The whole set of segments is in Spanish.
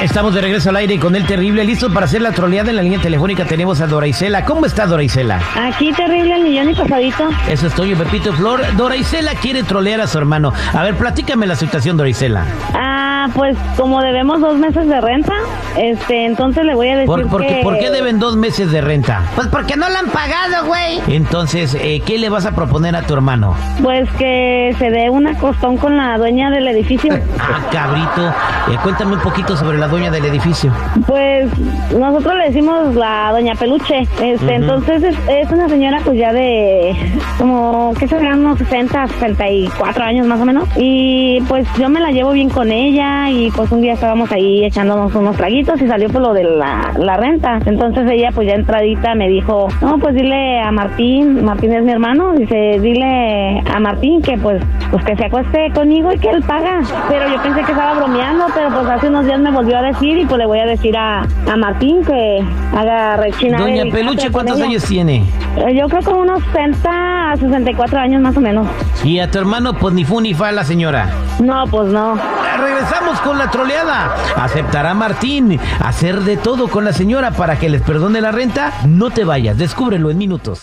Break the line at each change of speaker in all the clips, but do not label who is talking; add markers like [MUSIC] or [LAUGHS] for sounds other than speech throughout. Estamos de regreso al aire y con el terrible, listo para hacer la troleada en la línea telefónica. Tenemos a Dora Isela. ¿Cómo está Dora Isela?
Aquí terrible el millón y pasadito.
Eso es Toño Pepito y Flor. Dora Isela quiere trolear a su hermano. A ver, platícame la situación, Dora Isela.
Ah, pues como debemos dos meses de renta, este, entonces le voy a decir
¿Por, por qué-
que...
por qué deben dos meses de renta?
Pues porque no la han pagado, güey.
Entonces, eh, ¿qué le vas a proponer a tu hermano?
Pues que se dé un acostón con la dueña del
[LAUGHS]
edificio.
Ah, cabrito. Eh, cuéntame un poquito sobre la dueña del edificio.
Pues nosotros le decimos la doña peluche. Este, entonces es, es una señora pues ya de como que serán unos 60, 64 años más o menos. Y pues yo me la llevo bien con ella y pues un día estábamos ahí echándonos unos traguitos y salió por lo de la, la renta. Entonces ella pues ya entradita me dijo, no, pues dile a Martín, Martín es mi hermano, dice, dile a Martín que pues, pues que se acueste conmigo y que él paga. Pero yo pensé que estaba bromeando, pero pues hace unos días me volvió a decir y pues le voy a decir a, a Martín que haga rechina.
Doña Peluche, ¿cuántos años tiene?
Eh, Yo creo que unos 60 a 64 años más o menos.
Y a tu hermano, pues ni fu ni fa la señora.
No, pues no.
Regresamos con la troleada. ¿Aceptará Martín hacer de todo con la señora para que les perdone la renta? No te vayas, descúbrelo en minutos.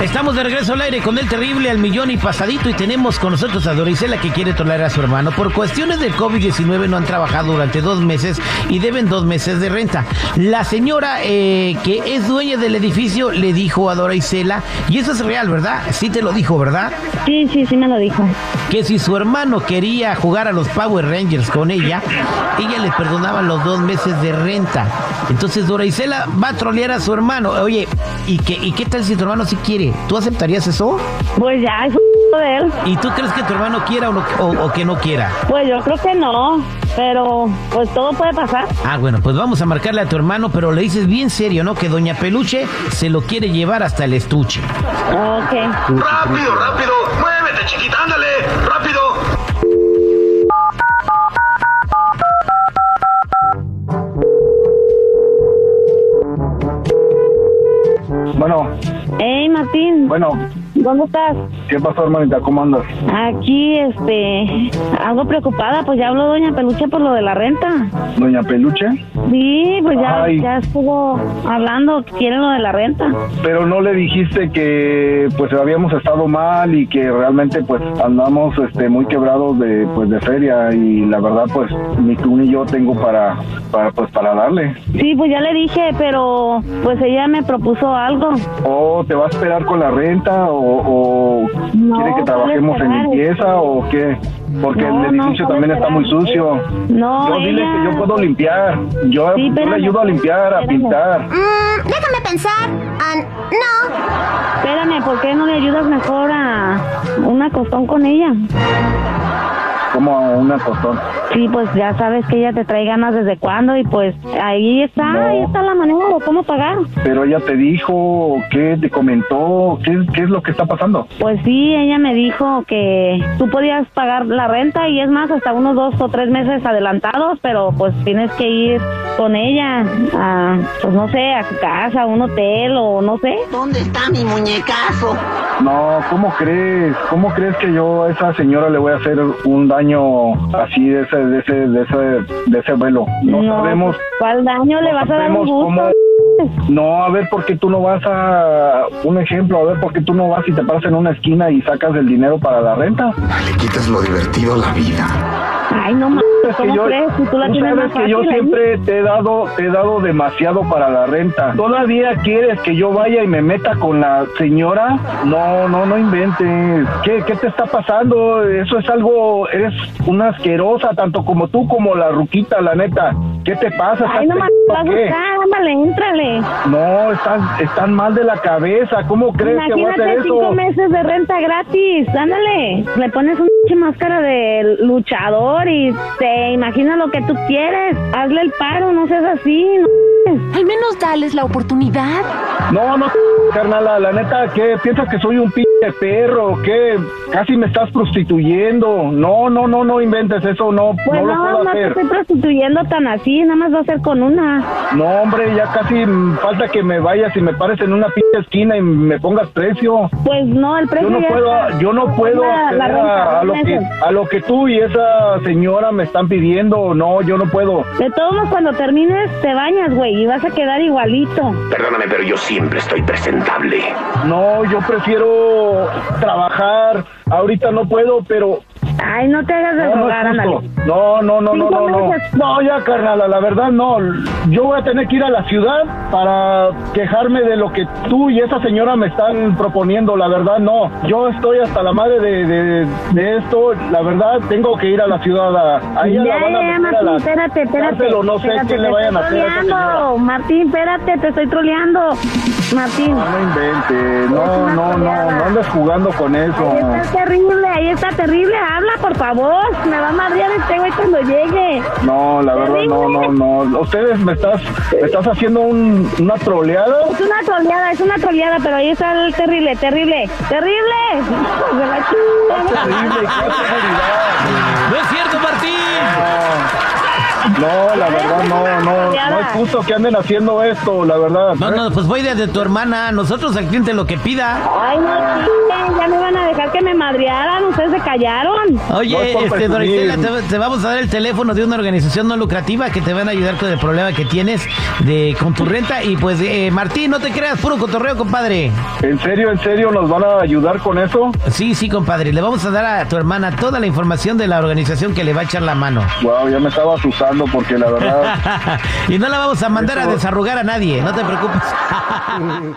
Estamos de regreso al aire con el terrible al millón y pasadito y tenemos con nosotros a Dorisela que quiere trolear a su hermano. Por cuestiones del COVID-19 no han trabajado durante dos meses y deben dos meses de renta. La señora eh, que es dueña del edificio le dijo a Dorisela, y eso es real, ¿verdad? Sí te lo dijo, ¿verdad?
Sí, sí, sí me lo dijo.
que si su hermano quería jugar a los Power Rangers con ella, ella le perdonaba los dos meses de renta. Entonces Dora Isela va a trolear a su hermano. Oye, ¿y qué, ¿y qué tal si tu hermano sí quiere? ¿Tú aceptarías eso?
Pues ya, es un de él.
¿Y tú crees que tu hermano quiera o, no- o- o que no quiera?
Pues yo creo que no, pero pues todo puede pasar.
Ah, bueno, pues vamos a marcarle a tu hermano, pero le dices bien serio, ¿no? Que Doña Peluche se lo quiere llevar hasta el estuche.
Ok.
Rápido, rápido, muévete chiquita, ándale, rápido.
Bueno,
Hey, Martín,
bueno,
¿dónde estás?
¿qué pasó, hermanita? ¿Cómo andas?
Aquí, este, algo preocupada, pues ya habló Doña Peluche por lo de la renta.
¿Doña Peluche?
Sí, pues ya,
Ay.
ya estuvo hablando, que quiere lo de la renta.
Pero no le dijiste que pues habíamos estado mal y que realmente pues andamos este muy quebrados de pues de feria y la verdad pues ni tú ni yo tengo para para pues para darle.
Sí, pues ya le dije, pero pues ella me propuso algo.
¿O te va a esperar con la renta o, o
No,
quiere que
¿cuál
trabajemos en
esperar?
limpieza o qué? Porque
No,
el
no,
edificio
¿cuál
también está
esperar?
muy sucio.
No,
yo dile
ella-
que yo puedo limpiar. Yo,
Sí,
yo
espérame,
le ayudo a limpiar, a
espérame.
pintar.
Mm, déjame pensar. Ah, no.
Espérame, ¿por qué no le ayudas mejor a una costón con ella?
Como una costón.
Sí, pues ya sabes que ella te trae ganas desde cuándo y pues ahí está,
No.
ahí está la manera de cómo pagar.
Pero ella te dijo, ¿qué te comentó? ¿Qué, qué es lo que está pasando?
Pues sí, ella me dijo que tú podías pagar la renta y es más, hasta unos dos o tres meses adelantados, pero pues tienes que ir con ella a, pues no sé, a su casa, a un hotel o no sé.
¿Dónde está mi muñecazo?
No, ¿cómo crees? ¿Cómo crees que yo a esa señora le voy a hacer un daño así de ese, de ese, de ese, de ese velo? No, sabemos.
pues, ¿Cuál daño le
no
vas a dar un
sabemos
gusto?
cómo- No, a ver, porque tú no vas a... Un ejemplo, a ver, porque tú no vas y te paras en una esquina y sacas el dinero para la renta?
Le quitas lo divertido a la vida.
Ay, no mames,
[LAUGHS] Es que
¿cómo
Pues, yo-
crees? Si tú la
tú
tienes
sabes
más
que yo
fácil ahí.
siempre te he dado te he dado demasiado para la renta. ¿Todavía quieres que yo vaya y me meta con la señora? No, no, no inventes. ¿Qué, qué te está pasando? Eso es algo, eres una asquerosa, tanto como tú como la ruquita, la neta. ¿Qué te pasa? ¿Estás
Ay, no
[LAUGHS]
mames,
pedo
vas a
o qué?
gustar, ándale, éntrale.
No, están, están mal de la cabeza. ¿Cómo crees que voy a hacer
Imagínate cinco
eso?
meses de renta gratis, ándale. Le pones una pinche máscara de luchador y te imaginas lo que tú quieres. Hazle el paro, no seas así. no mames.
Al menos dales la oportunidad.
No, no, carnala, la neta, ¿qué? ¿Piensas que soy un p de perro, ¿qué? Casi me estás prostituyendo. No, no, no, no inventes eso, no,
Pues
no lo
no,
puedo
no te
hacer.
estoy prostituyendo tan así, nada más va a ser con una.
No, hombre, ya casi mm, falta que me vayas y me pares en una pinche esquina y me pongas precio.
Pues no, el precio
Yo no
ya
puedo,
está.
yo no
Una-
puedo
la
acceder
renta,
a, a
dos
lo que,
meses.
a lo que tú y esa señora me están pidiendo. No, yo no puedo.
De todos modos, cuando termines, te bañas, güey, y vas a quedar igualito.
Perdóname, pero yo siempre estoy presentable.
No, yo prefiero trabajar. Ahorita no puedo, pero
Ay, no te hagas de
No, no, es
rogar,
justo.
ándale.
no, no, no, no,
Cinco
no, no.
meses.
No, ya, carnal, la verdad no. Yo voy a tener que ir a la ciudad para quejarme de lo que tú y esa señora me están proponiendo. La verdad no. Yo estoy hasta la madre de, de- de esto. La verdad tengo que ir a la ciudad. A, ahí
Ya,
la van a
ya,
meter a
Martín,
la
espérate, espérate.
cárcel o no sé
Espérate,
qué
te
le vayan a
estoy
hacer a esa señora.
troleando. Martín, espérate, te estoy troleando. Martín.
No me inventes.
Es
No,
una
no, no.
troleada.
No andes jugando con eso.
Ahí está terrible, ahí está terrible. Habla, por favor. Me va a madrear este güey cuando llegue.
No, la verdad no, no, no. Ustedes me estás, me estás haciendo un- una troleada.
Es una troleada, es una troleada, pero ahí está el terrible, terrible, terrible. Hijos de la chingada.
Terrible, qué seguridad.
¡No es cierto, Martín!
No, la verdad, no, no, no es justo que anden haciendo esto, la verdad.
No, no, pues voy desde tu hermana. Nosotros al cliente lo que pida.
Ay, no, chinguen, ya me van a dejar que me madrearan. Ustedes se callaron.
Oye,
No es por
este,
presumir.
Dorisela, te, te vamos a dar el teléfono de una organización no lucrativa que te van a ayudar con el problema que tienes de con tu renta. Y pues, eh, Martín, no te creas, puro cotorreo, compadre.
¿En serio, en serio nos van a ayudar con eso?
Sí, sí, compadre. Le vamos a dar a tu hermana toda la información de la organización que le va a echar la mano. [LAUGHS]
Wow, ya me estaba asustando porque la verdad
y no la vamos a mandar a
Eso-
desarrugar a nadie, no te preocupes.